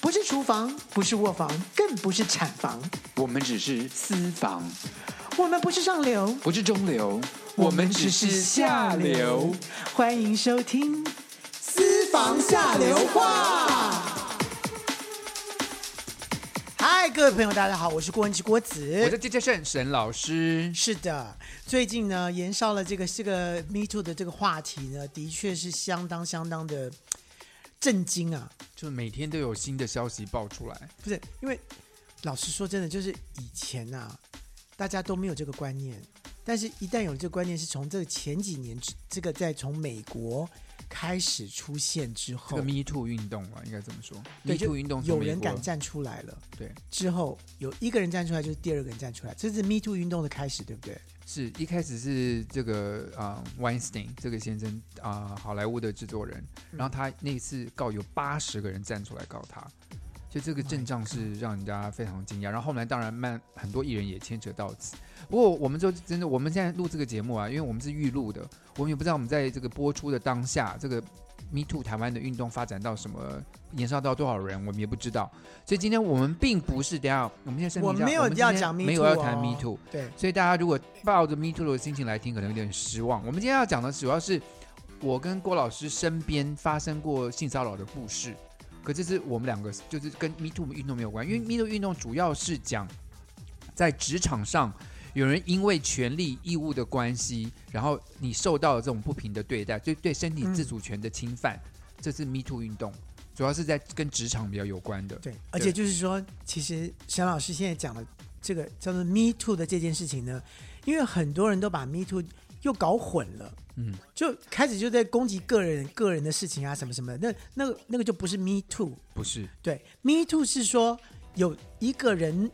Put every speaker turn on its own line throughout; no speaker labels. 不是厨房，不是卧房，更不是产房，
我们只是私房，
我们不是上流，
不是中流，我们只是下流。。
欢迎收听《私房下流话》。嗨，各位朋友，大家好，我是郭文琪郭
我在
子。
接接胜沈老师，
是的，最近呢，延烧了这个这个 Me Too 的这个话题呢，的确是相当相当的震惊啊！
就每天都有新的消息爆出来。
不是因为，老实说，真的就是以前呐、大家都没有这个观念，但是一旦有了这个观念，是从这前几年之这个在从美国开始出现之
这
后
个，Me Too 运动嘛，应该这么说。
对
Me
就
Too 运动从
有
美
人
国
敢站出来了，
对，
之后有一个人站出来，就是第二个人站出来，这是 Me Too 运动的开始，对不对？
是一开始是这个啊、Weinstein 这个先生啊、好莱坞的制作人，
嗯
然后他那次告有八十个人站出来告他，就这个
My
阵仗是让人家非常惊讶。然后后来当然慢很多艺人也牵扯到此，不过我们就真的我们现在录这个节目啊，因为我们是预录的，我们也不知道我们在这个播出的当下这个。Me Too 台湾的运动发展到什么，延烧到多少人，我们也不知道。所以今天我们并不是，等一下我们现在声明一下
我没有
今
要
天
讲 Me
没有
Too
要谈
哦
Me Too，
对，
所以大家如果抱着 Me Too 的心情来听，可能有点失望。我们今天要讲的主要是我跟郭老师身边发生过性骚扰的故事，可这是我们两个就是跟 Me Too 运动没有关，因为 Me Too 运动主要是讲在职场上。有人因为权利义务的关系，然后你受到了这种不平的对待，对对身体自主权的侵犯，这是 Me Too 运动，主要是在跟职场比较有关的。
对，而且就是说，其实沈老师现在讲的这个叫做 “me too” 的这件事情呢，因为很多人都把 “me too” 又搞混了，
嗯，
就开始就在攻击个人个人的事情啊，什么什么的，那那个那个就不是 “me too”，
不是，
对，“me too” 是说有一个人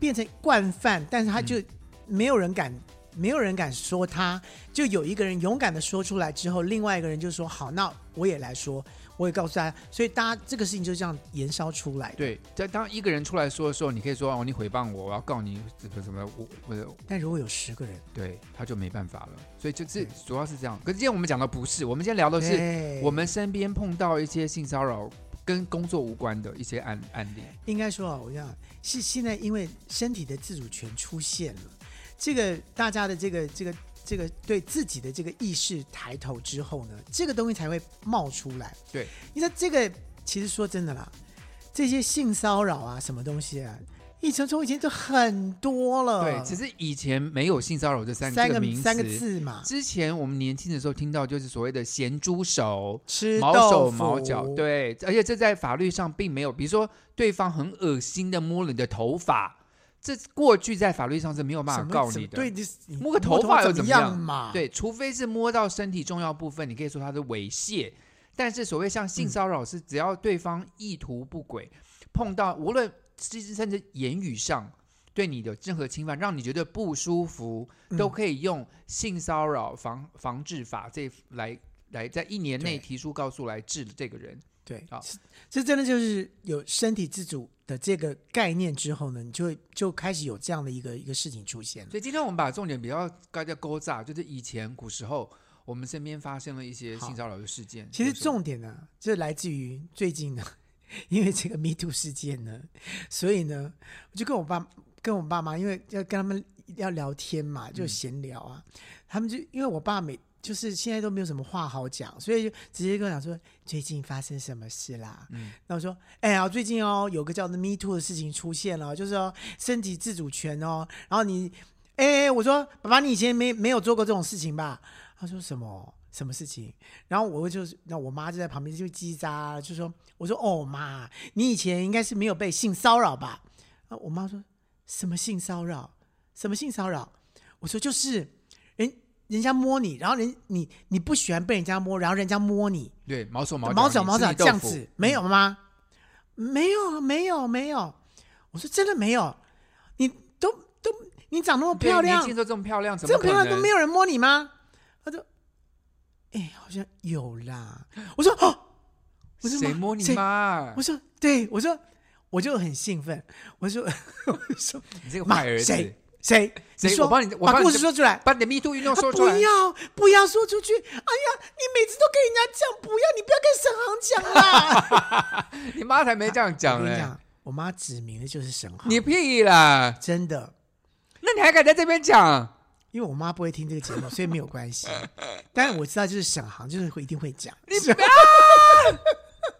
变成惯犯，但是他就没有人敢。没有人敢说他，就有一个人勇敢的说出来之后，另外一个人就说：“好，那我也来说，我也告诉他。”所以大家这个事情就这样延烧出来的。
对，在当一个人出来说的时候，你可以说哦，你诽谤我，我要告你怎么怎么，我我
但如果有十个人，
对，他就没办法了。所以就是
对
主要是这样。可是今天我们讲的不是，我们今天聊的是
对
我们身边碰到一些性骚扰跟工作无关的一些案案例。
应该说啊，我想是现在因为身体的自主权出现了，这个大家的这个这个这个对自己的这个意识抬头之后呢，这个东西才会冒出来。
对，
你知道这个其实说真的啦，这些性骚扰啊，什么东西啊，以前从以前就很多了，
对，只是以前没有性骚扰这三
嗯三
这
个
名词。
三个字嘛，
之前我们年轻的时候听到就是所谓的咸猪手、
吃
毛
豆
手
腐
毛脚，，对，而且这在法律上并没有，比如说对方很恶心的摸了你的头发，这过去在法律上是没有办
什
法
么
告
怎
你
么
的。
对，你你
摸个头
头
发又
怎
怎么
样
样
嘛？
对除非是摸到身体重要部分，你可以说它是猥亵。但是所谓像
嗯
性骚扰，是只要对方意图不轨，碰到无论甚至甚至言语上对你的任何侵犯，让你觉得不舒服，
嗯，
都可以用性骚扰防防治法这来来在一年内
对
提出告诉来治这个人。
对
好，
这这真的就是有身体自主的这个概念之后呢，你就会就开始有这样的一个一个事情出现了。
所以今天我们把重点比较该叫勾炸，就是以前古时候我们身边发生了一些
好
性骚扰的事件。
其实
有什么
重点呢，就来自于最近呢， 因为这个 Me Too 事件呢，所以呢，我就跟我爸跟我爸妈，因为要跟他们要聊天嘛，
嗯
就闲聊啊，他们就因为我爸每就是现在都没有什么话好讲，所以就直接跟我讲说最近发生什么事啦。
嗯
那我说，哎呀，最近哦有个叫做 Me Too 的事情出现了，就是哦身体自主权哦，然后你，哎，我说爸爸，你以前没没有做过这种事情吧？他说什么什么事情？然后我就是，那我妈就在旁边就叽喳，就说：“我说哦妈，你以前应该是没有被性骚扰吧？”啊，我妈说：“什么性骚扰？什么性骚扰？”我说：“就是人人家摸你，然后人你你不喜欢被人家摸，然后人家摸你，
对毛手毛
毛
脚
脚
你
毛
吃
脚
你
这
豆
样
腐
子，没有吗？没有，没有，没有。”我说：“真的没有，你都都你长那么
对
漂亮，
年轻时候这么漂亮，怎
这
么
么漂亮
可能
都没有人摸你吗？他就，哎、好像有啦。我说哦，我说
谁
妈
摸你
谁
妈？
我说对，我说我就很兴奋，我说 我说
你这个
妈
坏儿子
谁，谁？你
谁
说，
我帮你我
把
帮你
故事说出来。
把你的 Me Too 运动
啊
说出
不
来。
要不要说出去！哎呀，你每次都跟人家讲不要，你不要跟沈航讲 啦。
你妈才没这样
我
讲
跟你
嘞！
讲，我妈指明的就是沈航，
你屁啦！
真的，
那你还敢在这边讲？
因为我妈不会听这个节目，所以没有关 系。但我知道就是沈航，就是会一定会讲。
你不要！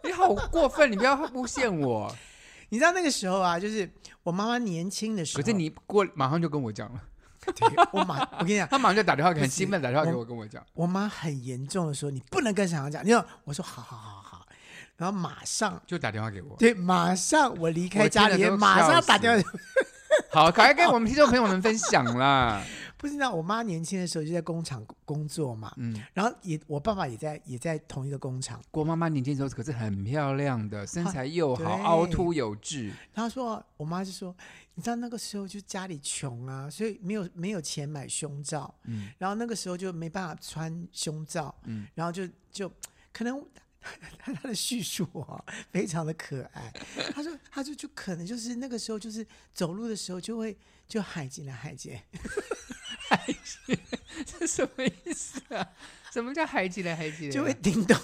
你好过分！你不要诬陷我。
你知道那个时候啊，就是我妈妈年轻的时候，
可是你过马上就跟我讲 了，
对我妈，我跟你讲，
他马上就打电话给，很
不是
兴奋地打电话给我跟我讲，
我妈很严重的说你不能跟沈航讲。你说，我说好好好好，然后马上。
就打电话给我。
对，马上我离开
我
家
听
里
了都，
马
笑
上
死
打电话
好，赶快跟我们听众朋友们分享啦。
不知道我妈年轻的时候就在工厂工作嘛，
嗯，
然后也我爸爸也在也在同一个工厂，
郭妈妈年轻的时候可是很漂亮的，身材又好，
对
凹凸有致。
然后说我妈就说，你知道那个时候就家里穷啊，所以没有没有钱买胸罩，
嗯
然后那个时候就没办法穿胸罩，
嗯
然后就就可能 他他的叙述哦，非常的可 爱。他说他就就可能就是那个时候就是走路的时候就会就海进来海姐，
这什么意思啊？什么叫海起来海起来？
就会叮咚，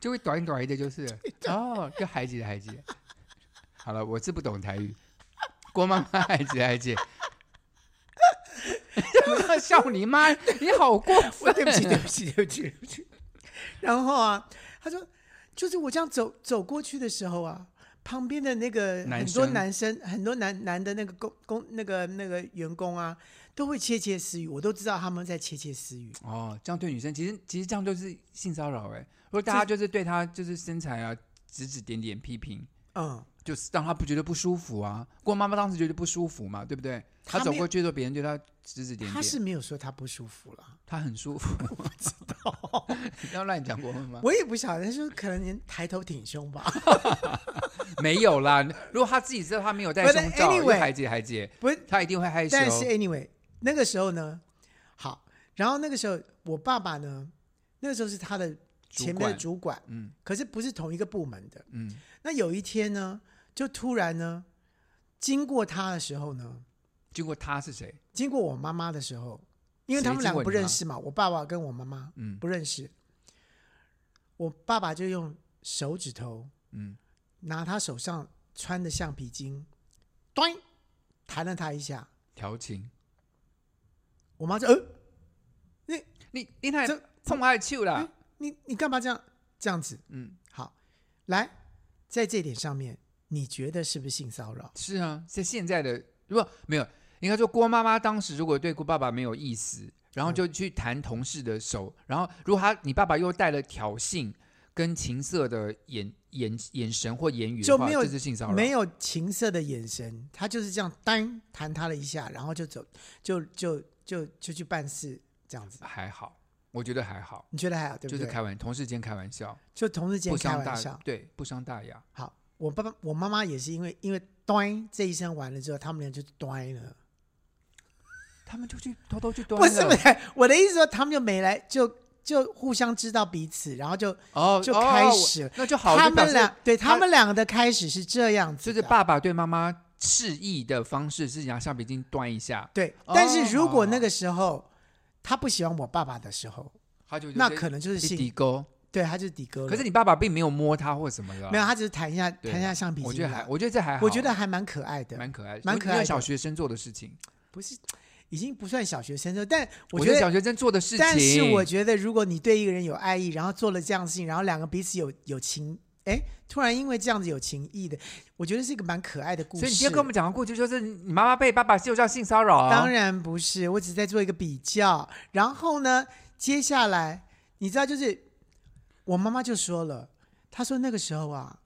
就会短短的，就是哦，就海姐海姐。好了，我是不懂台语，郭妈妈海姐海姐， 笑你妈！你好过
我
分！
对不起对不起对不起对不起。然后啊，他说就是我这样走走过去的时候啊。旁边的那个
男
很多
生
男生，很多男男的那个工工那个那个员工啊，都会窃窃私语，我都知道他们在窃窃私语。
哦，这样对女生，其实其实这样就是性骚扰哎。如果大家就是对她就是身材啊指指点点批评，
嗯，
就是让她不觉得不舒服啊。郭妈妈当时觉得不舒服嘛，对不对？她
她
走
没有
过去的时候，别人对她指指点
他
点，
是没有说他不舒服了，
她很舒服。我不知 道，不要乱讲国文吗？
我也不晓得，他说可能您抬头挺胸吧，
没有啦，如果他自己知道他没有戴
But
胸罩，
anyway-
又海姐海姐，
不是。
他一定会害羞。
但是 anyway，那个时候呢，好，然后那个时候我爸爸呢，那个时候是他的前面的
主
主管，
嗯
可是不是同一个部门的。
嗯，
那有一天呢，就突然呢，经过他的时候呢，
经过他是谁？
经过我妈妈的时候，因为他们
谁
两
经过
个
你
不认
妈
识嘛，我爸爸跟我妈妈
嗯
不认识，我爸爸就用手指头
嗯，
拿他手上穿的橡皮筋，端弹了他一下。
调情。
我妈说：“呃，
你你太
这
碰他的手啦。
你你干嘛这样这样子？
嗯，
好，来，在这点上面，你觉得是不是性骚扰？
是啊，在现在的如果没有，应该说郭妈妈当时如果对郭爸爸没有意思，然后就去弹同事的手，然后如果他你爸爸又带了挑衅跟情色的眼眼眼神或言语的
就
话，
没有
这是性骚扰。
没有情色的眼神，他就是这样单弹他了一下，然后就走，就就就就去办事这样子。
还好，我觉得还好，
你觉得还好对不
就
对？
是开玩同事间开玩笑，
就同事间
不
开
伤
玩
大
笑。
对不伤大雅。
好，我爸爸我妈妈也是因为因为端这一声完了之后，他们俩就端了。”
他们就去偷偷去端
不是
了
不是，我的意思说他们就没来，就就互相知道彼此，然后就
哦，
就
哦
开始
我那就好，
他
就表
们
示
俩对
他
他们两个的开始是这样
就
子
是
的，
爸爸对妈妈示意的方式是拿橡皮筋端一下，
对
哦。
但是如果那个时候他不喜欢我爸爸的时候，
他就
那
就
可能就是
一
性
底勾。
对他就是底哥了。
可是你爸爸并没有摸他或什么的啊，
没有，他只是弹一下
对
弹一下橡皮筋
我
而已，啊
觉得还，我觉得这还好，啊
我觉得还蛮可爱的，
蛮可爱的，
蛮可爱的
因为小学生做的事情，
不是已经不算小学生了，但我
觉
觉
得
得。
小学生做的事情，
但是我觉得，如果你对一个人有爱意，然后做了这样的事情，然后两个彼此有有情，哎，突然因为这样子有情谊的，我觉得是一个蛮可爱的故事。
所以你今天跟我们讲的故事就是你妈妈被爸爸就叫性骚扰，
当然不是，我只是在做一个比较。然后呢，接下来你知道，就是我妈妈就说了，她说那个时候啊，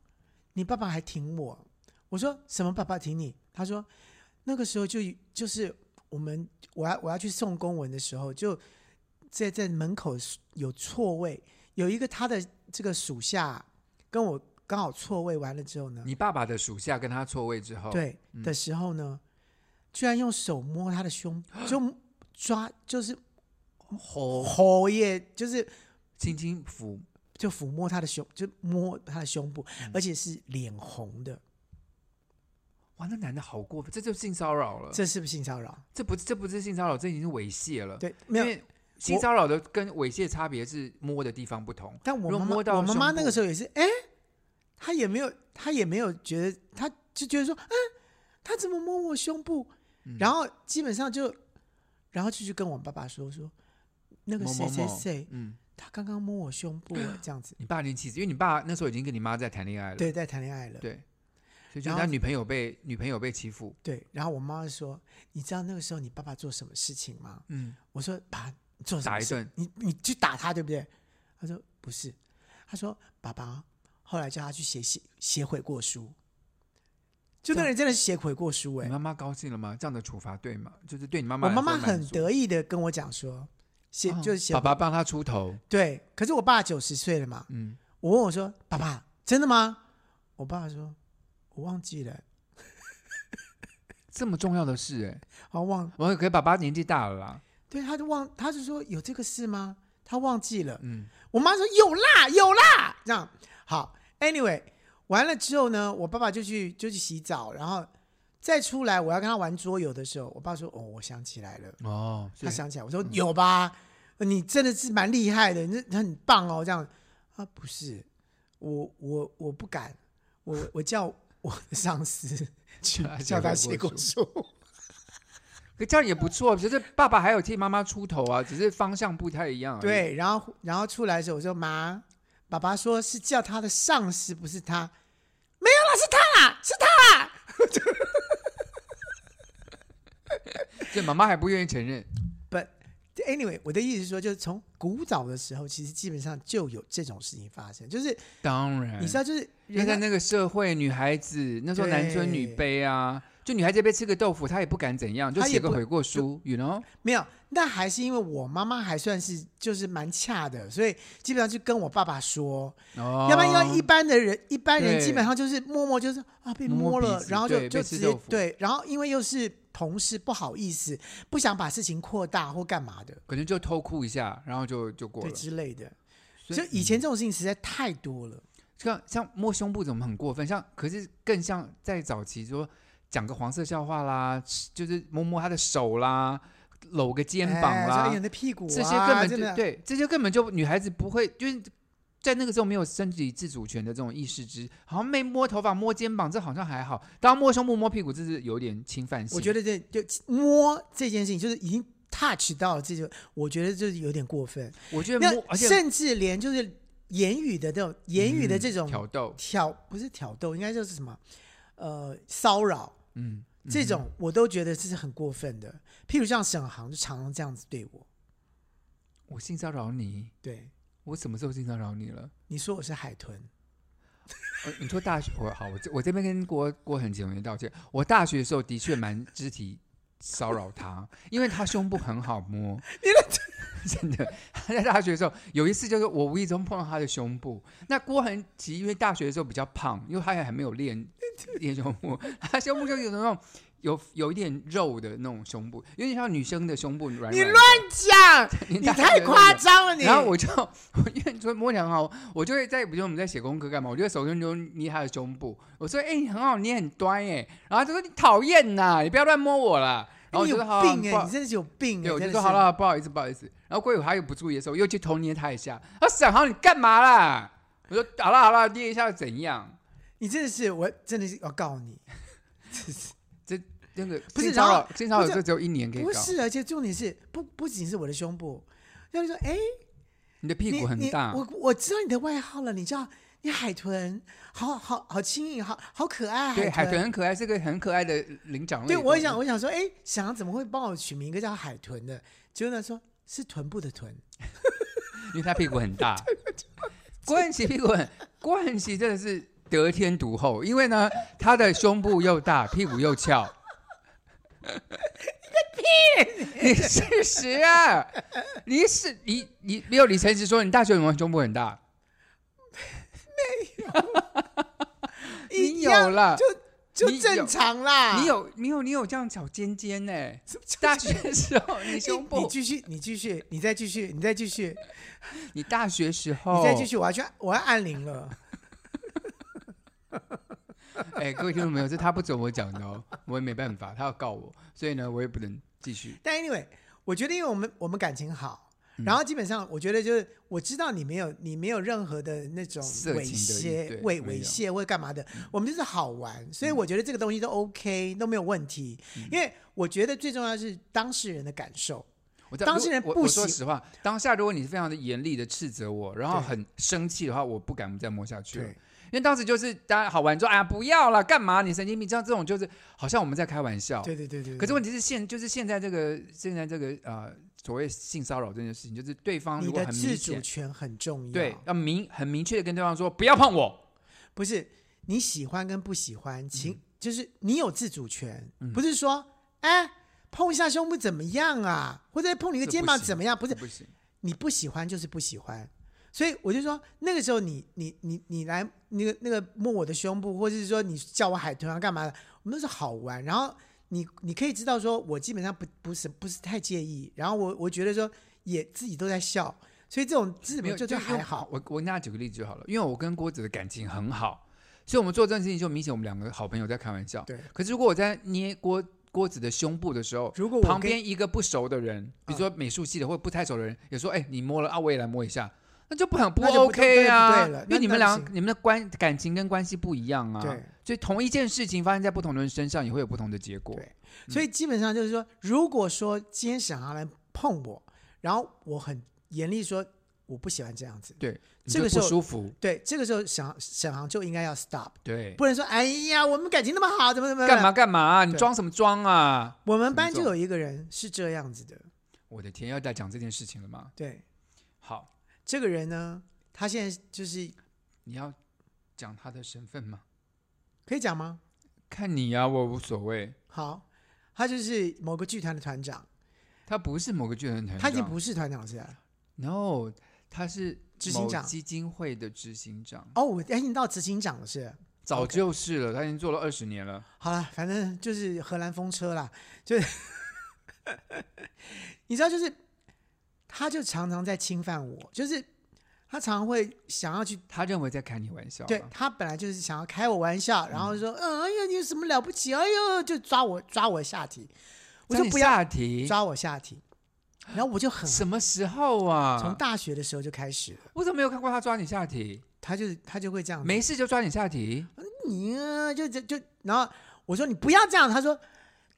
你爸爸还挺我。我说什么爸爸挺你？她说那个时候就就是我们我要我要去送公文的时候，就在在门口有错位，有一个他的这个属下跟我刚好错位完了之后呢，
你爸爸的属下跟他错位之后，，
对、的时候呢，居然用手摸他的胸，就抓，就是
吼，
喉也，就是
轻轻抚，
就抚摸
嗯
他的胸，就摸他的胸部，而且是脸红的。
哇，那男的好过分，这就是性骚扰了。这
这是不是性骚扰？
这不这不是性骚扰，这已经是猥亵了。
对，没
呃因
有。
为性骚扰的跟猥亵差别是摸的地方不同。
但我
如果
妈妈，
摸到
我妈
胸
妈
部
那个时候也是，哎、她也没有，她也没有觉得，她就觉得说，嗯、她怎么摸我胸部？
嗯
然后基本上就，然后就去跟我爸爸说说，那个
某
谁
某
谁
某
谁，
嗯，
他刚刚摸我胸部 了，这样子。
你爸年气死，因为你爸那时候已经跟你妈在谈恋爱了。
对，在谈恋爱了。
对，所以就
然后
他女朋友被女朋友被欺负。
对，然后我妈就说：“你知道那个时候你爸爸做什么事情吗
嗯，？”
我说：“爸，你做什么
打一
事
顿
你你去打他，对不对？”他说：“不是。”他说：“爸爸后来叫他去写写写悔过书。”就那个人真的是写悔过书哎、
你妈妈高兴了吗？这样的处罚对吗？就是对你妈
我
妈来
妈
说
妈
满足，
很得意的跟我讲说：“写、
哦
就是写
爸爸帮他出头。
对。”可是我爸九十岁了嘛，
嗯，
我问我说：“爸爸，真的吗？”我爸说：“我忘记了，
这么重要的事哎、
好像忘。
我可爸爸年纪大了啦。”
对，他就忘，他就说有这个事吗？他忘记了。
嗯，
我妈说有啦，有啦，这样好。Anyway，完了之后呢，我爸爸就去就去洗澡，然后再出来，我要跟他玩桌游的时候，我爸说：“哦，我想起来了。
哦，”
他
所以
想起来，我说：“有吧？你真的是蛮厉害的，你你很棒哦。”这样啊，不是，我我我不敢，我我叫我的上司去
叫他写
叫他
悔
写
过
过书。
可这样也不错，只是爸爸还有替妈妈出头啊，只是方向不太一样。，
对，然后然后出来的时候，我说妈，爸爸说是叫他的上司，不是他。没有啦，是他啦，是他啦。
这妈妈还不愿意承认。
But anyway，我的意思是说，就是从古早的时候，其实基本上就有这种事情发生，就是
当然，
你知道，就是
因为
人家
在哎那个社会，女孩子那时候男尊女卑啊，就女孩子被吃个豆腐，她也不敢怎样，就
她也
写个
不
悔过书，you know？
没有，那还是因为我妈妈还算是就是蛮恰的，所以基本上就跟我爸爸说，
哦，
要不然要一般的人，一般人
对
基本上就是默默就是啊被
摸
摸
摸
了
鼻，子
然后就
对
就
被吃
直
豆
接
腐
对，然后因为又是同事，不好意思，不想把事情扩大或干嘛的，
可能就偷哭一下，然后就就过
对
了。
之类的。
所嗯
就以前这种事情实在太多了，
像像摸胸部怎么很过分？像可是更像在早期说讲个黄色笑话啦，就是摸摸她的手啦，搂个肩膀
哎
啦，
说哎你的屁股啊，
这些根本
真
就
的
对，这些根本就女孩子不会，就是在那个时候没有身体自主权的这种意识之，好像没摸头发、摸肩膀，这好像还好。当然摸胸部、摸屁股，这是有点侵犯性。
我觉
得
得这就摸这件事情，就是已经 touch 到了这就，我觉得就是有点过分。，
我觉得摸，
那
而且
甚至连就是言语的这种言语的这种
嗯挑逗，
挑，不是挑逗，应该就是什么呃骚扰
嗯，嗯
这种，我都觉得这是很过分的。譬如像沈航就常常这样子对我，
我性骚扰你，
对
我什么时候性骚扰你了？
你说我是海豚，
呃你说大学，我好，我这我这边跟郭郭恒杰同学道歉，我大学的时候的确蛮肢体骚扰他，因为他胸部很好摸， 真的，他在大学的时候有一次就是我无意中碰到他的胸部，那郭恒杰因为大学的时候比较胖，因为他也还没 有练练胸部，他胸部就有那种有有一点肉的那种胸部，有点像女生的胸部软软的。
你乱讲，
你
你
大学
太
的时候
夸张了你。
然后我就我因为说摸起来很好，我就会在比如说我们在写功课干嘛，我就会手就就捏他的胸部，我说哎、你很好，你很端哎、然后他说你讨厌呐，你不要乱摸我啦。然后 我
你
就
有
说好，啊
病
不
哎、
好
你真的是有病哎、
对，我
真
就
的
说
是
好，了，不好意思，不好意思。然后过一会儿他又不注意的时候，又去偷捏他一下，他说沈航你干嘛啦？我说好了好了，捏一下又怎样？
你真的是我真的是要告你。
那个
不是
性骚
然
扰
后，
性骚扰
不是
就只有一年可以
不
搞，
是，而且重点是不不仅是我的胸部，要是说哎，
你的屁股
你
很
你
大，
我我知道你的外号了，你叫你海豚，好好好轻盈，好好可爱，
对，海
海
豚。很可爱，是个很可爱的灵长类
对，
动物。
我也想我想说，哎，想怎么会帮我取名一个叫海豚的？结果呢，说是臀部的臀，
因为他屁股很大。郭汉奇屁股很，郭汉奇真的是得天独厚，因为呢，他的胸部又大，屁股又翘。你个屁！你事实啊！你是你你没有李晨是说你大学有没有胸部很大？你
一
有
样
了，
就
你有
正常啦。
你有你有你有这样小尖尖呢、
什么
大学的时候你胸
你
部，
继续，你继续，你再继续，你再继续，
你大学时候
你再继续，我要去，我要按铃了。
哎，各位听众朋友，这他不准我讲的哦，我也没办法，他要告我，所以呢，我也不能继续。
但 anyway，我觉得因为我们我们感情好，
嗯
然后基本上我觉得就是我知道你没有你没有任何的那种
色
猥
情的对
亵、猥
没
猥
有嗯
亵或者干嘛的，我们就是好玩，所以我觉得这个东西都 OK 都没有问题，
嗯
因为我觉得最重要的是当事人的感受。
我在
当
如
事人
我
不
我说
喜
实话，当下如果你是非常的严厉的斥责我，然后
对
很生气的话，我不敢再摸下去了。
对
因为当时就是大家好玩说，哎呀不要了，干嘛你神经病？像这种就是好像我们在开玩笑。
对对对对。
可是
对
问题是现就是现在这个现在这个呃所谓性骚扰这件事情，就是对方
你
如果
的
很明
自主
显，
权很重要。
对，要明很明确的跟对方说不要碰我，
不是你喜欢跟不喜欢，请、
嗯
就是你有自主权，不是说哎碰一下胸部怎么样啊，或者碰你的
这
肩
不
膀
行
怎么样？不是
不行，
你不喜欢就是不喜欢，所以我就说那个时候你你你你来那个那个摸我的胸部，或者是说你叫我海豚啊干嘛的，我们都是好玩，然后。你你可以知道说，我基本上不不是不是太介意，然后我我觉得说也自己都在笑，所以这种基
没有
本就就还好。。
我我跟大家举个例子就好了，因为我跟郭子的感情很好，所以我们做这件事情就明显我们两个好朋友在开玩笑。
对，
可是如果我在捏郭郭子的胸部的时候，
如果我
旁
跟嗯
边一个不熟的人，比如说美术系的或不太熟的人，也说：“哎，你摸了啊，我也来摸一下。”那就不很不
那就不
OK
对
啊，
不对了
因为你们
那
俩
那不
你们的关感情跟关系不一样啊，
对，
所以同一件事情发生在不同的人身上，也会有不同的结果。
对，所以基本上就是说，如果说今天沈航来碰我，然后我很严厉说我不喜欢这样子，
对，你
这
就
个
不
时候
舒服，
对，这个时候沈航沈航就应该要 stop，
对，
不能说哎呀，我们感情那么好，怎么怎么
干嘛？干嘛啊？你
对
装什么装啊？
我们班就
怎
有
么
一个人是这样子的，
我的天，要再讲这件事情了吗？
对，
好，
这个人呢，他现在就是
你要讲他的身份吗？
可以讲吗？
看你啊，我无所谓。
好，他就是某个剧团的团长，
他不是某个巨人团长，
他已经不是团长了是吧？
，no，他是
执行长
某基金会的执行长，
哦，我已经到执行长了是吧。
早就是了，他已经做了二十年了。
好了，反正就是荷兰风车啦，就是 你知道，就是他就常常在侵犯我，就是他常常会想要去。
他认为在开你玩笑，啊
对，他本来就是想要开我玩笑，然后说：“嗯，哎呀，你有什么了不起？哎呦，就抓我抓我下体，我就
抓你
不要
下题，
抓我下体。”然后我就很
什么时候啊？
从大学的时候就开始了，
我怎么没有看过他抓你下体？
他就他就会这样子，
没事就抓你下体，
你啊，就就就，然后我说你不要这样，他说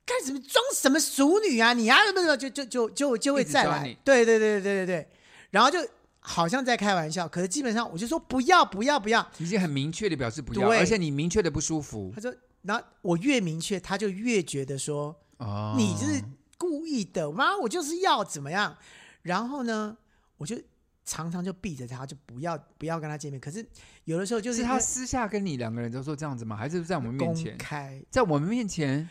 干什么装什么熟女啊你啊，不不不，就就就就就会
一直
再
抓
来
你，
对对对对对对对，然后就好像在开玩笑，可是基本上我就说不要不要不要，
已经很明确的表示不要，
对
而且你明确的不舒服
他说，然后我越明确，他就越觉得说
哦，
你是故意的妈，我就是要怎么样，然后呢，我就常常就避着他，就不要不要跟他见面，可是有的时候就是是
他私下跟你两个人都说这样子吗？还是在我们面
公
前？
开。
在我们面前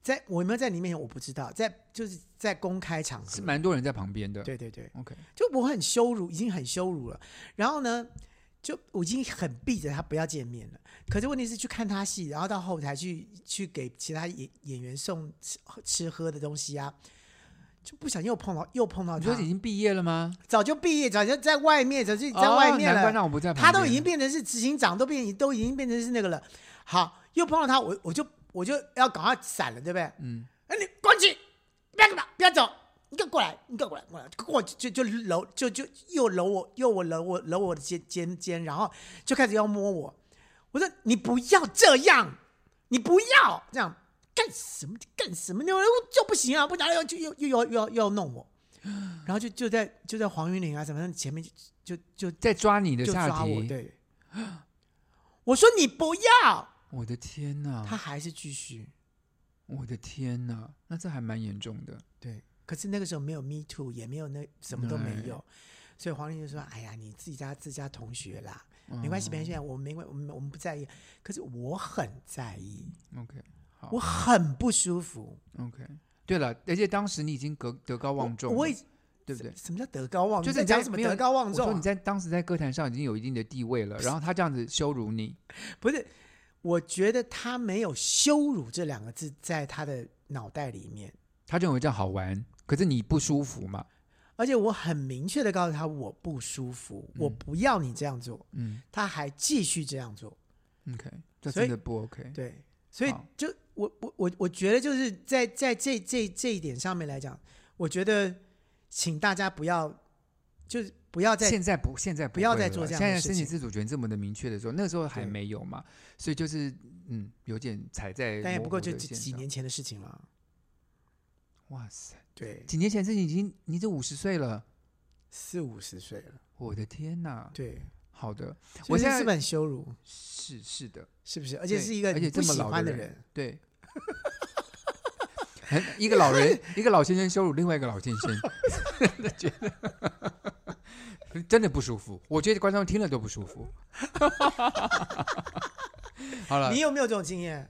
在我有没有在你面前我不知道，在就是在公开场合，
是蛮多人在旁边的。
对对对，
，OK，
就我很羞辱，已经很羞辱了。然后呢，就我已经很避着他不要见面了。可是问题是去看他戏，然后到后台去去给其他演演员送吃吃喝的东西啊，就不小心又碰到又碰到
你
他
说，已经毕业了吗？
早就毕业，早就在外面，早就在外面
哦、难怪
了。
让我不在旁
他
边。
都已经变成是执行长，都变都已经变成是那个了。好，又碰到他，我我就我就要赶快闪了，对不对？
嗯，
哎，你过去，不要干嘛，不要走，你给我过来，你给我过来，过来，过去就就搂，就就又搂我，又我搂我搂我的肩肩肩，然后就开始要摸我。我说你不要这样，你不要这样干什么干什么，你就不行啊，不然又就又又又又要又要弄我，然后就就在就在黄云岭啊什么前面就就就
在抓你的
就
下
抓我，
体。
对， 我说你不要，
我的天
他
呐，
还是继续。
我的天呐，那这还蛮严重的。
对，可是那个时候没有 Me Too，也没有那什么都没有，所以黄玲就说：“哎呀，你自己家自家同学啦，没关系，没关
嗯
系，我们没关，我们我们不在意。”可是我很在意，
嗯 OK，好
我很不舒服。
OK。对了，而且当时你已经德德高望重了，
我已
对不对？
什么叫德高望重？
就是
你在
在
讲什么
没有
德高望
我
重啊、
说你在当时在歌坛上已经有一定的地位了，然后他这样子羞辱你，
啊不是，我觉得他没有羞辱这两个字在他的脑袋里面，
他认为这样好玩，可是你不舒服嘛？
而且我很明确的告诉他我不舒服，我不要你这样做，
嗯
他还继续这样做。
，OK，这
所以
真的不 OK。
对，所以
好
就我我我我觉得就是在在这这这一点上面来讲，我觉得请大家不要就是不要再
现在不，现在不
不要
会
再
了
做这样
现
的
在
事
申请
情
自主权这么的明确的时候，那时候还
对
没有嘛，所以就是嗯，有点踩在
但也
模
不过
糊
就
的
几
线
几
上。
年前的事情了。
哇塞，
对，
几年前事情已经你这五十岁了，
四五十岁了。
我的天呐！
对，
好的，
我
我
现
现
在
在
是不是很羞辱？
是是的，
是不是？而且
对
是一个
而
你
且
不
这么
喜
老的
欢的
人
人，
对。 很一个老人，一个老先生羞辱另外一个老先生， 真的觉得真的不舒服。我觉得观众听了都不舒服。 好了
你，有没有这种经验？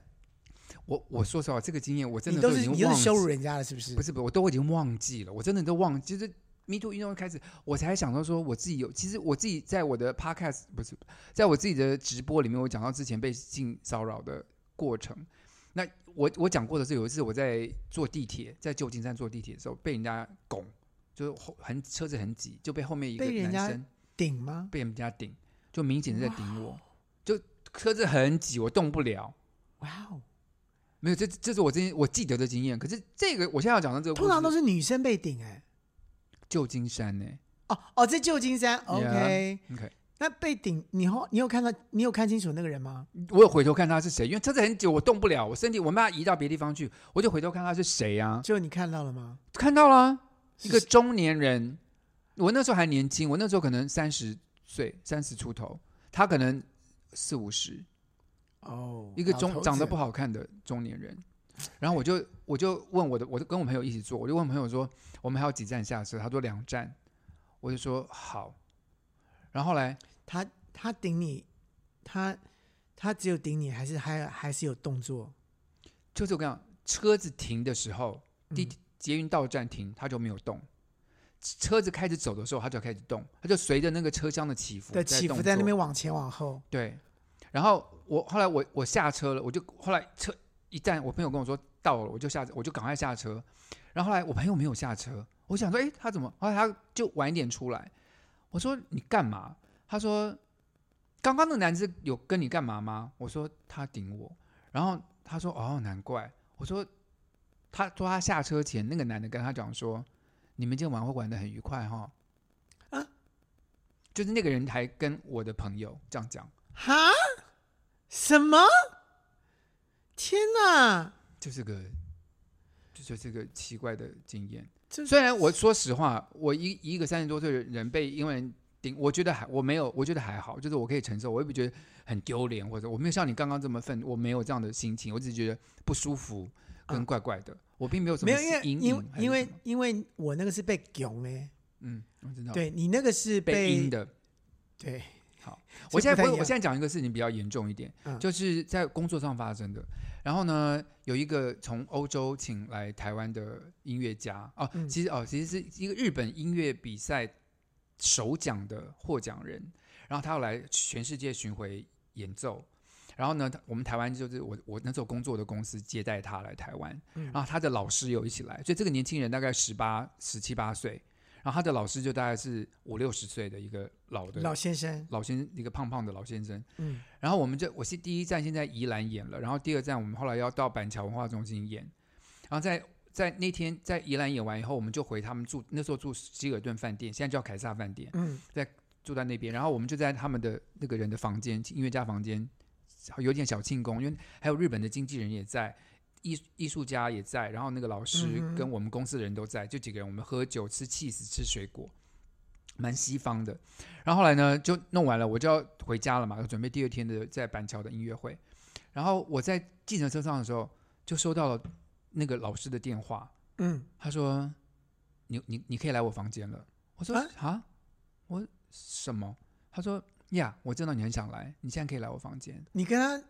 我我说实话，这个经验我真
你
的
都
已
是
经
你都
忘
是
记
羞辱人家了，是不是
不？是不是，我都已经忘记了，我真的都忘记。就是 Me Too 运动开始，我才想到说我自己有，其实我自己在我的 Podcast 不是，在我自己的直播里面，我讲到之前被性骚扰的过程。那我我讲过的是，有一次我在坐地铁，在旧金山坐地铁的时候，被人家拱，就是后很车子很挤，就被后面一个
被人家
男生
顶吗？
被人家顶，就明显是在顶我，就车子很挤，我动不了。
哇哦！
没有，这这是我之前我记得的经验。可是这个我现在要讲的这个故事，
通常都是女生被顶哎、
旧金山呢、
哦哦，在旧金山
Yeah
，OK。
OK，
那被顶，你后你有看到你有看清楚那个人吗？
我有回头看他是谁，因为车子很久，我动不了，我身体我没办法移到别的地方去，我就回头看他是谁啊，
就你看到了吗？
看到了啊、
是
一个中年人，我那时候还年轻，我那时候可能三十岁，三十出头，他可能四五十，
哦，
一个
老头
中
子
长得不好看的中年人。然后我就我就问我的，我就跟我朋友一起坐，我就问朋友说，我们还有几站下车？他说两站，我就说好。然后后来
他他顶你，他他只有顶你，还是还还是有动作？
就是我跟你讲，车子停的时候，地
嗯
捷运到站停，他就没有动；车子开始走的时候，他就开始动，他就随着那个车厢的起伏
的起
动
伏在那
作
边往前往后，
对，然后我后来我我下车了，我就后来车一站，我朋友跟我说到了，我就下我就赶快下车。然后后来我朋友没有下车，我想说，诶，他怎么？后来他就晚一点出来。我说你干嘛？他说刚刚那个男子有跟你干嘛吗？我说他顶我。然后他说哦，难怪。我说他说他下车前那个男的跟他讲说，你们今天晚上会玩的很愉快哈、
啊
就是那个人还跟我的朋友这样讲。
哈？什么？天哪！
就是个，这就是个奇怪的经验。
这
虽然我说实话，我一一个三十多岁的人被英文人顶，我觉得还我没有，我觉得还好，就是我可以承受，我也不觉得很丢脸，或者我没有像你刚刚这么愤，我没有这样的心情，我只是觉得不舒服跟
嗯
怪怪的，我并没有什
没
么
有，因为
阴
因为
影还是什么，
因为因为我那个是被囧哎、
嗯，我知道
对你那个是
被阴
被
的。
对，
我
这不
现在
太
不
一
会，我
样
现在讲一个事情比较严重一点，
嗯
就是在工作上发生的。然后呢，有一个从欧洲请来台湾的音乐家哦，
嗯
其实哦，其实是一个日本音乐比赛首奖的获奖人，然后他要来全世界巡回演奏。然后呢，他我们台湾就是我我那时候工作的公司接待他来台湾，
嗯
然后他的老师也有一起来，所以这个年轻人大概十八、十七八岁，然后他的老师就大概是五六十岁的一个老的
老先生，
老先生，一个胖胖的老先生。
嗯，
然后我们这我是第一站先在宜兰演了，然后第二站我们后来要到板桥文化中心演，然后在在那天在宜兰演完以后，我们就回他们住那时候住希尔顿饭店，现在叫凯撒饭店，
嗯，
住在那边，然后我们就在他们的那个人的房间，音乐家房间，有点小庆功，因为还有日本的经纪人也在。艺艺术家也在，然后那个老师
嗯哼
跟我们公司的人都在，就几个人，我们喝酒、吃 cheese、吃水果，蛮西方的。然后后来呢，就弄完了，我就要回家了嘛，要准备第二天的在板桥的音乐会。然后我在计程车上的时候，就收到了那个老师的电话，
嗯，
他说：“你你你可以来我房间了。”我说
啊：“
啊，我说什么？”他说：“呀，我知道你很想来，你现在可以来我房间。
你跟他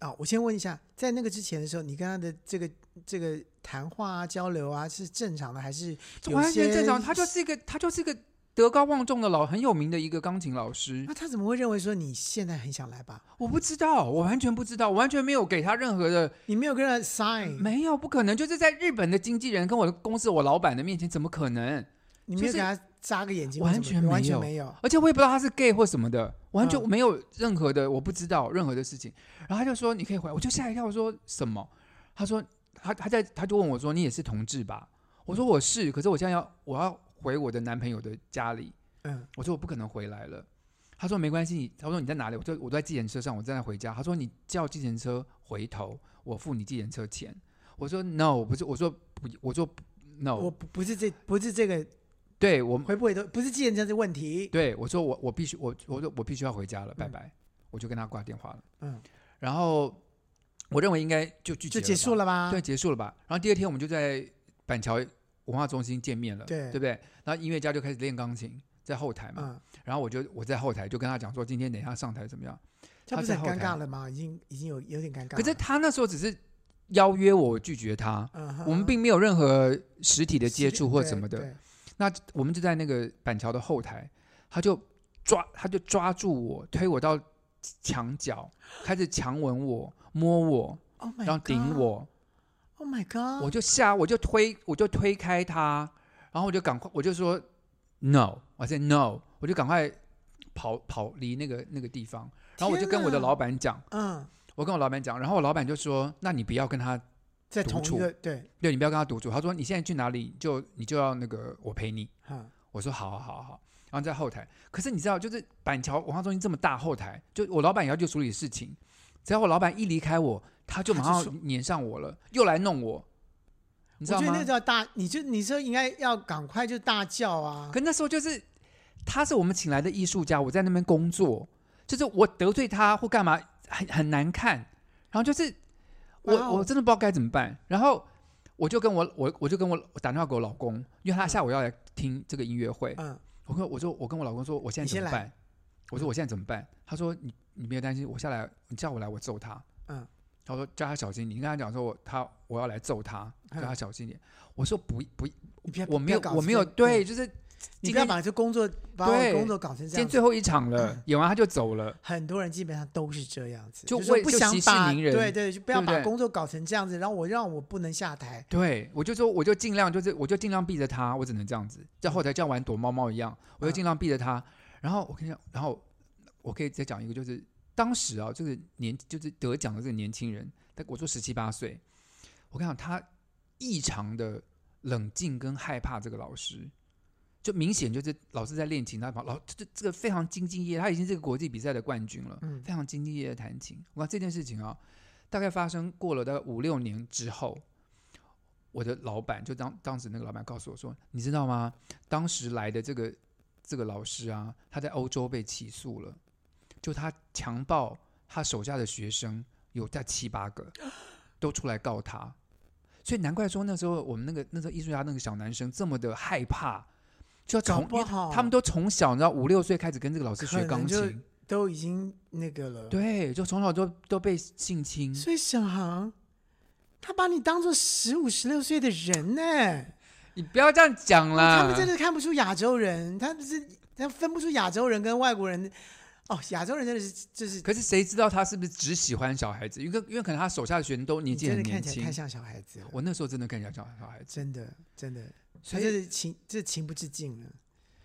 啊、我先问一下，在那个之前的时候，你跟他的这个这个谈话啊、交流啊，是正常的还是”
这
有
完全
些
正常，他就是一个他就是一个德高望重的老很有名的一个钢琴老师
那。他怎么会认为说你现在很想来吧？
我不知道，我完全不知道，我完全没有给他任何的
你没有跟他 sign，
没有，不可能，就是在日本的经纪人跟我的公司我老板的面前，怎么可能？
你没有
就是
给他眨个眼睛，
完
或什么
全没有
完全没有。
而且我也不知道他是 gay 或什么的，完全
嗯
没有任何的，我不知道任何的事情。然后他就说你可以回来，我就吓一跳，我说什么？他说他他在他就问我说你也是同志吧？我说我是，可是我现在要我要回我的男朋友的家里，
嗯，
我说我不可能回来了。他说没关系，你他说你在哪里？我就我在计程车上，我正在回家。他说你叫计程车回头，我付你计程车钱。我说 no，不是，我说不，我说 no，
我不不是这不是这个
对我
回不回头，不是既然这样的问题。
对，我说我我必须我我说我必须要回家了，拜拜，我就跟他挂电话了。
嗯，
然后我认为应该就就
就结束
了
了吧？
吧，对，结束了吧。然后第二天我们就在板桥文化中心见面了，
对
对不对？然后音乐家就开始练钢琴，在后台嘛。
嗯，
然后我就我在后台就跟他讲说，今天等一下上台怎么样？
他
他
不是
在
很
后
尴
台
尬了吗？已经已经有有点尴尬了。
可是他那时候只是邀约我，我拒绝他，
嗯哼，
我们并没有任何实体的接
是
触或什么。
对
的。
对
那我们就在那个板桥的后台，他就抓，他就抓住我，推我到墙角，开始强吻我，摸我，
Oh my，
然后顶。我，
Oh my god！
我就吓，我就推，我就推开他，然后我就赶快，我就说 no，我说 no，我就赶快跑跑离那个那个地方，然后我就跟我的
天哪
老板讲，
嗯，
我跟我老板讲，然后我老板就说，那你不要跟他，
在
独
同
处
一个对，
对你不要跟他独处，他说你现在去哪里就你就要那个我陪你。
嗯，
我说好好啊好好，然后在后台。可是你知道，就是板桥文化中心这么大后台，就我老板也要去处理事情。只要我老板一离开我，他就马
他就
上粘上我了，又来弄我，你
我
知道
觉得
吗
那？叫大，你就你说应该要赶快就大叫啊！
可那时候就是，他是我们请来的艺术家，我在那边工作，就是我得罪他或干嘛，很很难看。然后就是我、
哇哦
我真的不知道该怎么办。然后我就跟我我我就跟我我打电话给我老公，因为他下午要来听这个音乐会，
嗯，
我跟我说，我跟我老公说，我现在
你
怎
先
么
来嗯
办？我说我现在怎么办？他说你你别担心，我下来，你叫我来，我揍他。
嗯，
他说叫他小心，你跟他讲说我他我要来揍他，叫他
嗯
小心点。我说不不，
你不要，
我没有
不要搞
我没有
这个
对，，就是
你
今
不要
天
把这工作把我
对
工作搞成
今
这
天
样子。嗯
最后一场了，演完他就走了。
很多人基本上都是这样子，
就是
说
为
不
就
想
息事
把
宁人
对对，就不要
对不
把
对
工作搞成这样子，然后我让我不能下台。
对，我就说，我就尽量就是，我就尽量避着他，我只能这样子，在后台像玩躲猫猫一样，我就尽量避着他。然后我跟你讲，然后我可以再讲一个，就是当时啊，就是年就是得奖的这个年轻人，他我说十七八岁，我跟你讲，他异常的冷静跟害怕这个老师，就明显就是老师在练琴，他把老这这个非常兢兢业业，他已经是个国际比赛的冠军了，
嗯
非常兢兢业业地弹琴。我看这件事情啊，大概发生过了大概五六年之后，我的老板就当当时那个老板告诉我说，你知道吗？当时来的这个这个老师啊，他在欧洲被起诉了，就他强暴他手下的学生有在七 八个，都出来告他。所以难怪说那时候我们那个那时候艺术家那个小男生这么的害怕，就要
搞
从
不
因为
好
他们都从小你知道五六岁开始跟这个老师
可
学
能
钢
就
琴，
都已经那个了。，
对，就从小都都被性侵，
所以沈航，他把你当做十五、十六岁的人呢、
你不要这样讲啦。
哦他们真的看不出亚洲人，他不是他分不出亚洲人跟外国人。哦，亚洲人真的是就是
可是谁知道他是不是只喜欢小孩子？因为因为可能他手下的学生都年
你
纪
真
很
的
年
看起来
轻
太。像小孩子了，
我那时候真的看起来像小孩子，
真的真的，他
所
这
以
是情这情不自禁了。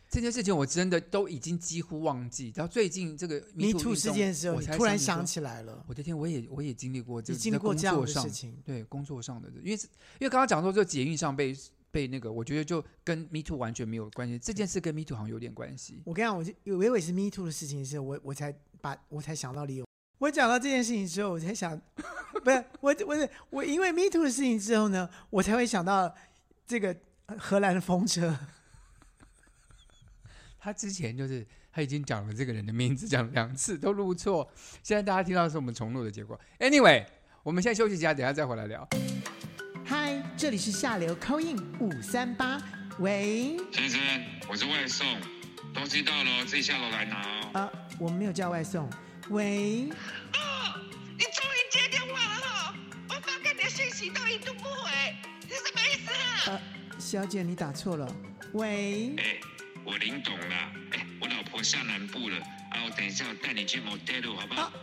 这件事情我真的都已经几乎忘记。到最近这个
Me
Me Too
Too
运
事
动
件的时候，
我
你
才
突然
起说
想起来了，
我的天，我也我也经历过这
你
个，
经历
在
过
工
这样
作
的
上
事情，
对工作上的，因为是因为刚刚讲说就捷运上被被那个，我觉得就跟 Me Too 完全没有关系，这件事跟 Me Too 好像有点关系。
我跟你讲，我就我以为是 Me Too 的事情的时候，我我才把我才想到李咏。我讲到这件事情之后，我才想， 不是我我是我因为 Me Too 的事情之后呢，我才会想到这个呃荷兰的风车。
他之前就是他已经讲了这个人的名字，讲了两次都录错，现在大家听到的是我们重录的结果。Anyway，我们现在休息一下，等一下再回来聊。
嗨，这里是下流 Coin 五三八，喂，
先生，我是外送，东西到了哦自己下楼来拿哦。
呃，我们没有叫外送，喂，
哦，你终于接电话了哈、我发给你的讯息都一度不回，是什么意思啊？
呃，小姐你打错了，喂
哎、，我林董啦，哎、我老婆下南部了，啊，我等一下我带你去 motel 好不好？
啊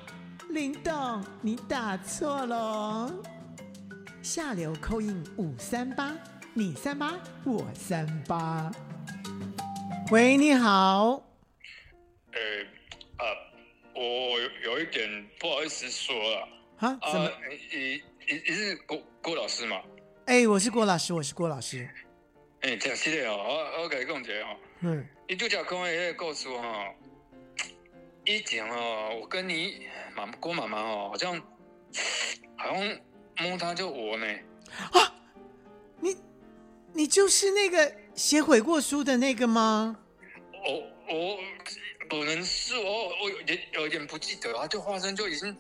林董你打错了哦，下流 Coin 五三八，你三八我三八。喂，你好，
呃啊，我有有一点不好意思说了
啊，
啊
怎么？，
你你你是郭郭老师嘛？
哎、我是郭老师，我是郭老师。
哎、欸，真是的哦，我我甲你讲一下哦，
嗯，
伊拄则讲的迄个故事哦，以前哦，我跟你妈郭妈妈哦，好像好像摸她就我呢，
你你就是那个写悔过书的那个吗？
我我哦可能是我我有点有点不记得啊，就发生就已经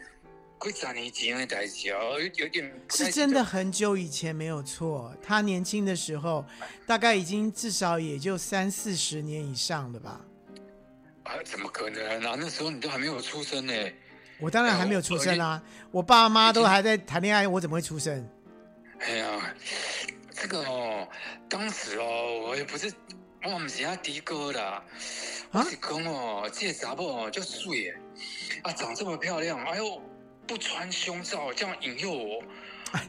几十年前的代志啊，有有点不太
是真的很久以前，没有错。他年轻的时候，大概已经至少也就三四十年以上了吧。
啊，怎么可能啊？那时候你都还没有出生呢。
我当然还没有出生啊，我爸妈都还在谈恋爱，我怎么会出生？
哎呀，这个哦，当时哦，我也不是，我不是阿迪哥啦，
啊
我是讲哦，这个查某哦就水耶，啊，长这么漂亮，哎呦，不穿胸罩这样引诱我，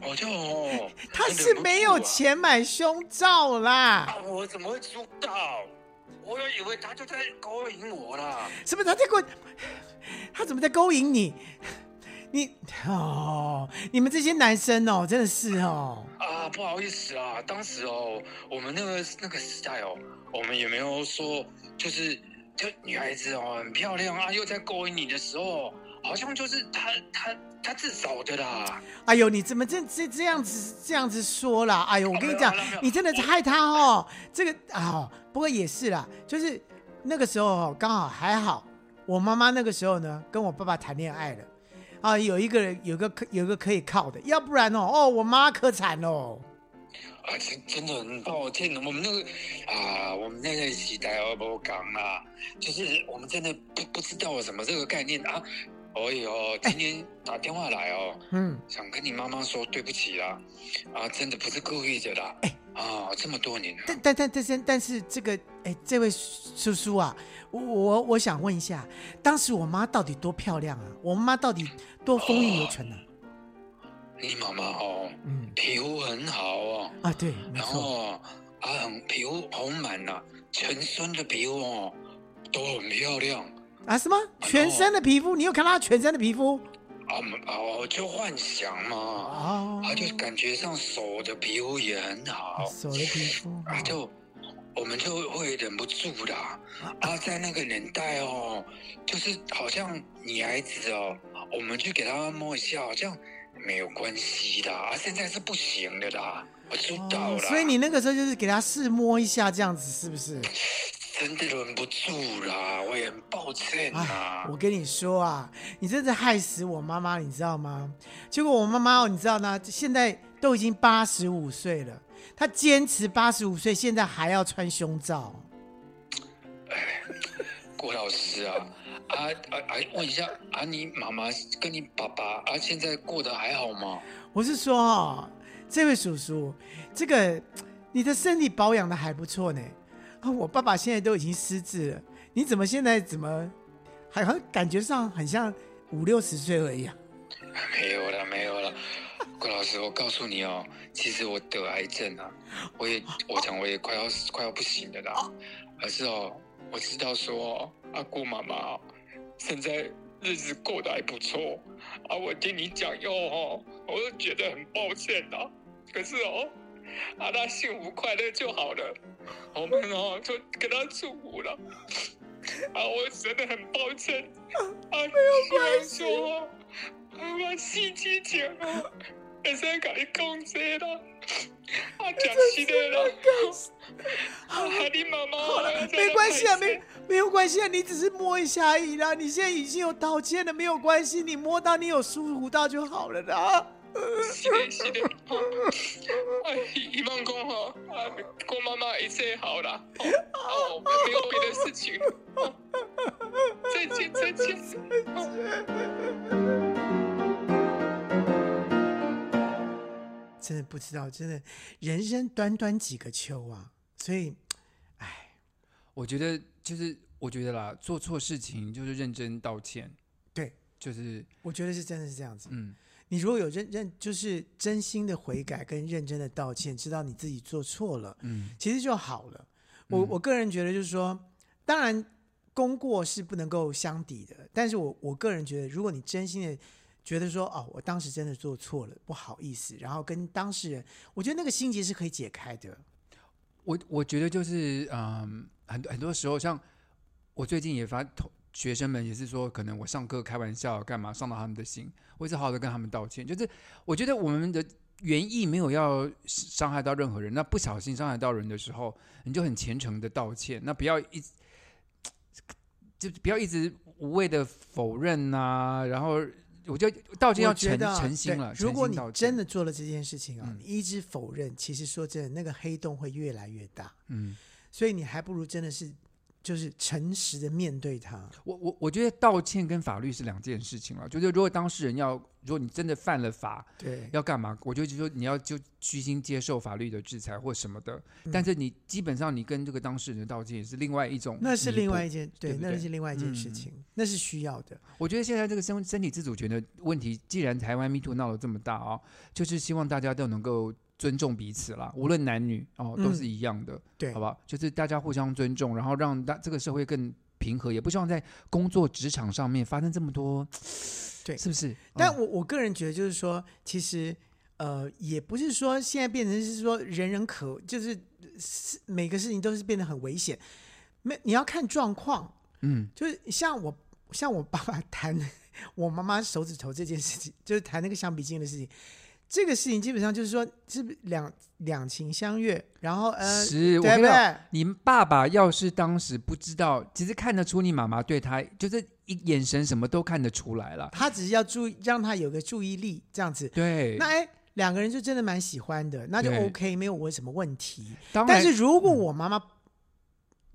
我就哦，
哎他
真的
是
忍不
没
住
有
啊
钱买胸罩啦
啊，，我怎么会知道？我又以为他就在勾引我啦。
什么他在给我，他怎么在勾引你？ 你哦，你们这些男生哦，真的是哦，
啊，不好意思啊，当时哦，我们那个那个时代哦，我们也没有说就是就女孩子哦很漂亮啊，又在勾引你的时候，好像就是她她她自找的啦。
哎呦，你怎么这这这样子这样子说啦？哎呦，我跟你讲
好了好了，
你真的是害他哦。这个啊、不过也是啦，就是那个时候哦，刚好还好，我妈妈那个时候呢，跟我爸爸谈恋爱了，啊，有一个人有个可有个可以靠的，要不然哦，哦，我妈可惨喽。
啊，真真的很抱歉，我们那个啊，我们那个时代哦，不讲啦，就是我们真的不不知道什么这个概念啊。所以哦，今天打电话来哦，
嗯，
想跟你妈妈说对不起啦，啊，真的不是故意的啦，啊，这么多年了。
哎但但但但是但是这个哎，这位叔叔啊，我我我想问一下，当时我妈到底多漂亮啊？我妈到底多风韵犹存啊？
你妈妈哦，
嗯
皮肤很好哦，
啊，对，没
然
错，
后啊，很皮肤红满了、全身的皮肤哦都很漂亮
啊什么全身的皮肤？你有看到她全身的皮肤？
啊嗯啊，我就幻想嘛，
哦，
啊，就感觉上手的皮肤也很好，
手的皮肤，
啊，就我们就会忍不住啦。啊，在那个年代哦，就是好像女孩子哦，我们去给她摸一下，好像没有关系的，啊，现在是不行的啦，我知道
哦
啦。
所以你那个时候就是给她试摸一下这样子，是不是？
真的忍不住啦，我也很抱歉
哎
啊，
我。跟你说啊，你真是害死我妈妈，你知道吗？结果我妈妈哦，你知道呢，现在都已经八十五岁了，她坚持八十五岁，现在还要穿胸罩。
郭老师啊，啊啊啊！问一下啊，你妈妈跟你爸爸啊，现在过得还好吗？
我是说哦，这位叔叔，这个你的身体保养的还不错呢。啊，我爸爸现在都已经失智了，你怎么现在怎么还好像感觉上很像五六十岁而已啊？
没有了，没有了。郭老师，我告诉你哦，其实我得癌症了、我也我想我也快要快要不行了啦。可是哦，我知道说阿姑妈妈哦现在日子过得还不错啊，我听你讲哟哦，我就觉得很抱歉啦。可是哦，啊，她幸福快乐就好了，我们哦就跟她祝福了。啊，我真的很抱歉啊，虽然说哦。我死之前哦，会使甲你讲这啦，啊，讲实的啦，啊，你妈妈
好了，没关系啊，没没有关系啊，你只是摸一下而已啦。你现在已经有道歉了，没有关系，你摸到你有舒服到就好了啦。
是的，是的，啊，希望讲吼，啊，郭妈妈一切好啦， 哦，没有别的事情，哦再见，再见。
真的不知道，真的人生短短几个秋啊，所以，哎，
我觉得就是我觉得啦，做错事情就是认真道歉，
对
就是
我觉得是真的是这样子。
嗯，
你如果有认认，就是真心的悔改跟认真的道歉，知道你自己做错了，
嗯，
其实就好了。我
嗯
我个人觉得就是说，当然功过是不能够相抵的，但是我我个人觉得，如果你真心的觉得说，哦，我当时真的做错了，不好意思，然后跟当事人，我觉得那个心结是可以解开的。
我我觉得就是嗯，很多很多时候，像我最近也发同学生们也是说，可能我上课开玩笑干嘛伤到他们的心，我也是好好的跟他们道歉。就是我觉得我们的原意没有要伤害到任何人，那不小心伤害到人的时候，你就很虔诚的道歉，那不要一直就不要一直无谓的否认呐、然后我就道歉要
我觉
诚
得啊
诚心
对
了，
如果
诚
你
心道歉
真的做了这件事情啊，
嗯
你一直否认，其实说真的，那个黑洞会越来越大，
嗯。
所以你还不如真的是就是诚实的面对它。
我我我觉得道歉跟法律是两件事情了。就是如果当事人要，如果你真的犯了法，
对，
要干嘛？我就就说你要就虚心接受法律的制裁或什么的。
嗯
但是你基本上你跟这个当事人的道歉也是另外一种，
那是另外。一件，
对
对，
不
那
对
是另外一件事
嗯
情，那是需要的。
我觉得现在这个身身体自主权的问题，既然台湾 Me Too 闹得这么大哦，就是希望大家都能够尊重彼此啦，无论男女哦，
嗯
都是一样的。
对，
好不好？就是大家互相尊重，然后让大这个社会更平和，也不希望在工作职场上面发生这么多，
对
是不是？
但
嗯
我我个人觉得，就是说，其实呃，也不是说现在变成是说人人可，就是呃是每个事情都是变得很危险。没，你要看状况，
嗯
就是像我像我爸 爸弹我妈妈手指头这件事情，就是弹那个橡皮筋的事情。这个事情基本上就是说，是不是两两情相悦，然后呃，
是
对
我跟
不
你讲，
对？
你爸爸要是当时不知道，其实看得出你妈妈对他就是一眼神什么都看得出来了。
他只是要注意，让他有个注意力这样子。
对，
那哎，两个人就真的蛮喜欢的，那就
对
OK，没有我什么问题。
当然嗯
但是如果我妈妈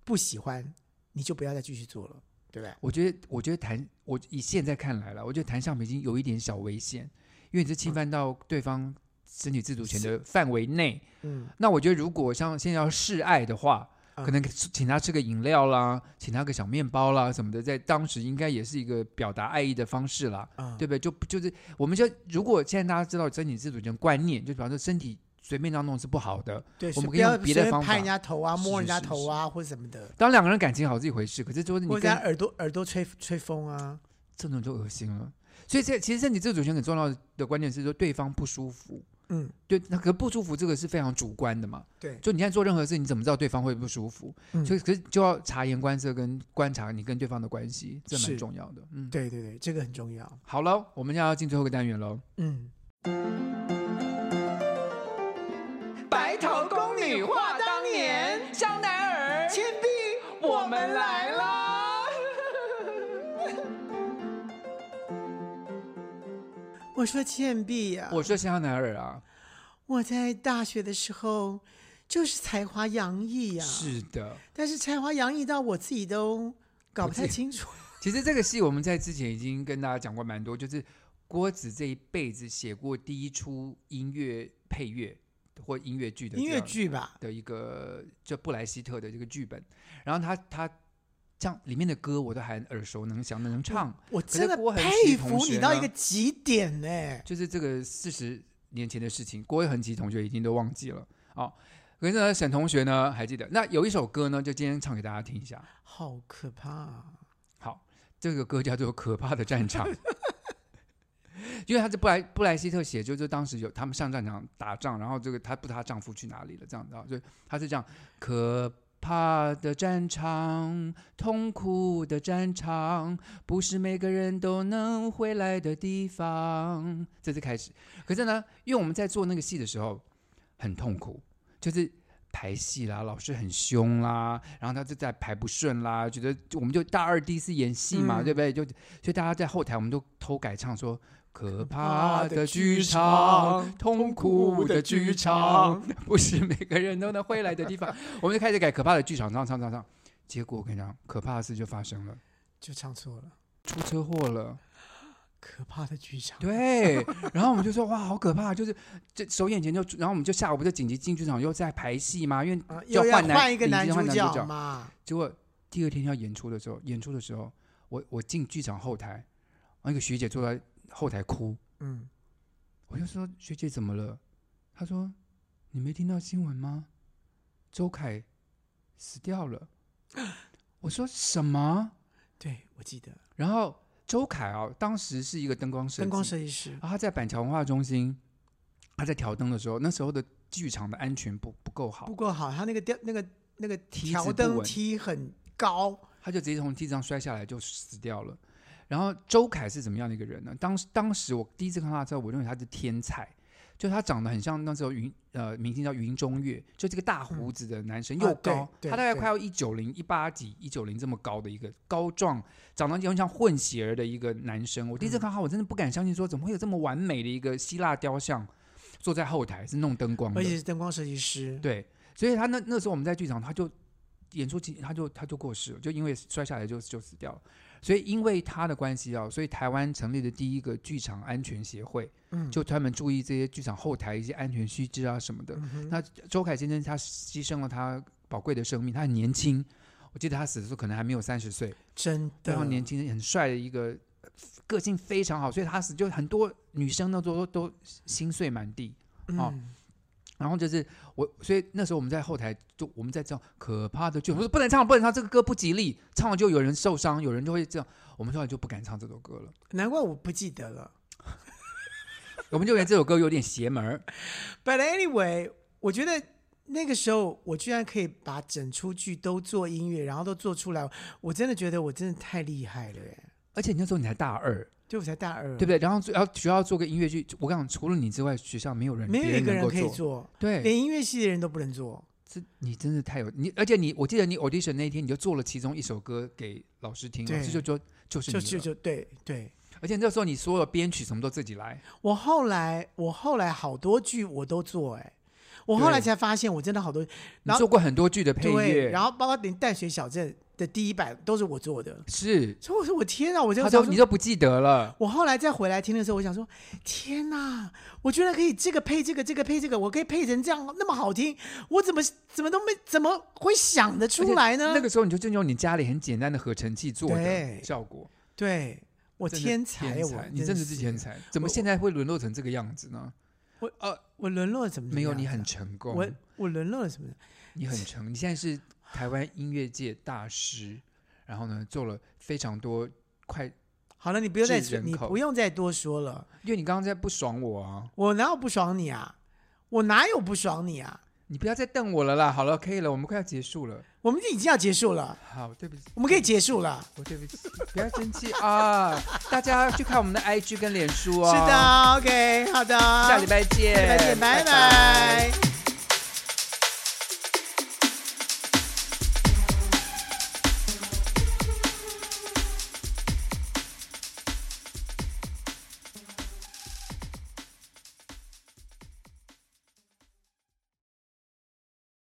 不喜欢，你就不要再继续做了，对不对？
我觉得，我觉得弹，我以现在看来了，我觉得弹橡皮筋有一点小危险，因为你是
嗯
侵犯到对方身体自主权的范围内。
嗯，
那我觉得，如果像现在要示爱的话，
嗯
可能请他吃个饮料啦，请他个小面包啦什么的，在当时应该也是一个表达爱意的方式啦，
啊、
对不对？就就是我们就如果现在大家知道身体自主权观念，就比方说身体随便乱弄是不好的，
对，
我们
是
可
不
以
要
用别
随便
的方
拍
法
人家头啊，
是
摸人
是
家
是
头啊，或者什么的，
当然两个人感情好是一回事，可是就是你
或者
跟
人家耳朵耳朵吹吹风啊，
这种就恶心了。所以这其实身体自主权很重要的观点是说对方不舒服，
嗯，
对，那可不舒服这个是非常主观的嘛。
对，
就你现在做任何事，你怎么知道对方会不舒服？
嗯
所以可是就要察言观色跟观察你跟对方的关系，这蛮
是
重要的。嗯，
对对对，这个很重要。
好了，我们现在要进最后一个单元喽。
嗯，
白头宫女话当年，香奈儿、倩碧，我们来啦！
我说倩碧啊，
我说香奈儿啊，
我在大学的时候就是才华洋溢啊，，
是的。
但是才华洋溢到我自己都搞不
我
太
自己
清楚。
其实这个戏我们在之前已经跟大家讲过蛮多，就是郭子这一辈子写过第一出音乐配乐或音乐剧的
音
这
乐
样
剧吧，
的一个就布莱希特的这个剧本，然后他他像里面的歌我都还耳熟能详的能唱，
我
是
真的
郭恒
佩
琪同
服
学
你到一
呢
个极点呢、
就是这个四十年前的事情，郭恒琪同学已经都忘记了哦。可是呢，沈同学呢还记得，那有一首歌呢，就今天唱给大家听一下。
好可怕、啊！
好，这个歌叫做《可怕的战场》，因为他是布莱布莱希特写，就是当时有他们上战场打仗，然后这个她不知道她丈夫去哪里了，这样子啊，所以他是这样可。怕的战场，痛苦的战场，不是每个人都能回来的地方。这是开始，可是呢，因为我们在做那个戏的时候很痛苦，就是排戏啦，老师很凶啦，然后他就在排不顺啦，觉得我们就大二第一次演戏嘛，
嗯
对不对？就所以大家在后台我们都偷改唱说。可怕
怕
的
的
剧
剧
场
场，
痛
痛
苦
苦
的
的
剧
剧
场，不是每个人都能会来的地方。我们就开始改可怕的剧场，唱唱唱唱。结果我跟你讲，可怕的事就发生了，
就唱错了，
出车祸了。
可怕的剧场。
对，然后我们就说哇，好可怕！就是这首演前就，然后我们就下午不就紧急进剧场又在排戏吗？因为
啊，
要
又要
换男
换一个
临时
男
换
主
男主角
角嘛？
结果第二天要演出的时候，演出的时候，我我进剧场后台，然后一个学姐坐在后台哭，
嗯，
我就说学姐怎么了？她说你没听到新闻吗？周凯死掉了。我说什么？
对，我记得
然后周凯哦，当时是一个灯光设计，
灯光设计师
然后他在板桥文化中心，他在调灯的时候，那时候的剧场的安全不不够好
不，过好，他那个调那个那个
梯子
调
不
灯
稳
梯很高，
他就直接从梯子上摔下来就死掉了。然后周凯是怎么样的一个人呢？当时当时我第一次看到他之后，我认为他是天才，就他长得很像那时候云呃明星叫云中月，就这个大胡子的男生，
啊
又
对
高，
对
他大概
对
快要一九零一八几一九零这么高的一个高壮，长得有点像混血儿的一个男生。我第一
嗯
次看他，我真的不敢相信，说怎么会有这么完美的一个希腊雕像坐在后台是弄灯光的，
而且是灯光设计师。
嗯对，所以他那那时候我们在剧场，他就演出期，他就他就过世了，就因为摔下来就就死掉了。所以因为他的关系啊，所以台湾成立的第一个剧场安全协会，
嗯
就专门注意这些剧场后台一些安全须知啊什么的。那周凯先生他牺牲了他宝贵的生命，他很年轻，我记得他死的时候可能还没有三十岁，
真
非
的
常年轻、很帅的一个，个性非常好，所以他死就很多女生那都都都心碎满地。哦
嗯
然后就是我，所以那时候我们在后台就我们在这样可怕的剧，我说不能唱，不能唱，这个歌不吉利，唱了就有人受伤，有人就会这样，我们后来就不敢唱这首歌了，
难怪我不记得了。
我们就觉得这首歌有点邪门儿
But anyway，我觉得那个时候我居然可以把整出剧都做音乐，然后都做出来，我真的觉得我真的太厉害了耶！
而且你那时候你才大二，
对我才大二，
对不对？然后最然后学校做个音乐剧，我跟你讲，除了你之外，学校没有人
没
别
有一个
能
人
够
可以做，
对，
连音乐系的人都不能做。
这你真的太有你，而且你我记得你 audition 那一天你就做了其中一首歌给老师听，
对
老师就说就是你
就
了，
就就对对，
而且那时候你所有编曲什么都自己来，
我后来我后来好多剧我都做、哎，我后来
对
才发现我真的好多
你
然后
做过很多剧的配
对，
乐，
然
后
后包括连淡水小镇的第一版都是我做的，
是。
所以我说我天啊，我就
他
想
说
说
你都不记得了，
我后来再回来听的时候，我想说，天哪，我居然可以这个配这个，这个配这个，我可以配成这样那么好听，我怎么怎么都没怎么会想得出来呢？
那个时候你就正用你家里很简单的合成器做
对
的效果，
对我
真的
天才，
天
我
才，你真的是天，才，怎么现在会沦落成这个样子呢？
我
呃
我沦落了怎么
没有，
样
你很
子
成
啊
功，
我我沦落了什么？
你很成，你现在是台湾音乐界大师，然后呢做了非常多快，
好了，你不用再
治
说，
人
你
口
不用再多说了，
因为你刚刚在不爽我啊，
我哪有不爽你啊？我哪有不爽你啊？
你不要再瞪我了啦，好了，可以了，我们快要结束了，
我们已经要结束了，
好，对不起，
我们可以结束了。
我对不起，不要生气啊，大家去看我们的 IG 跟脸书哦，
是，的，OK，好的，
下礼拜见，
下礼拜见，拜拜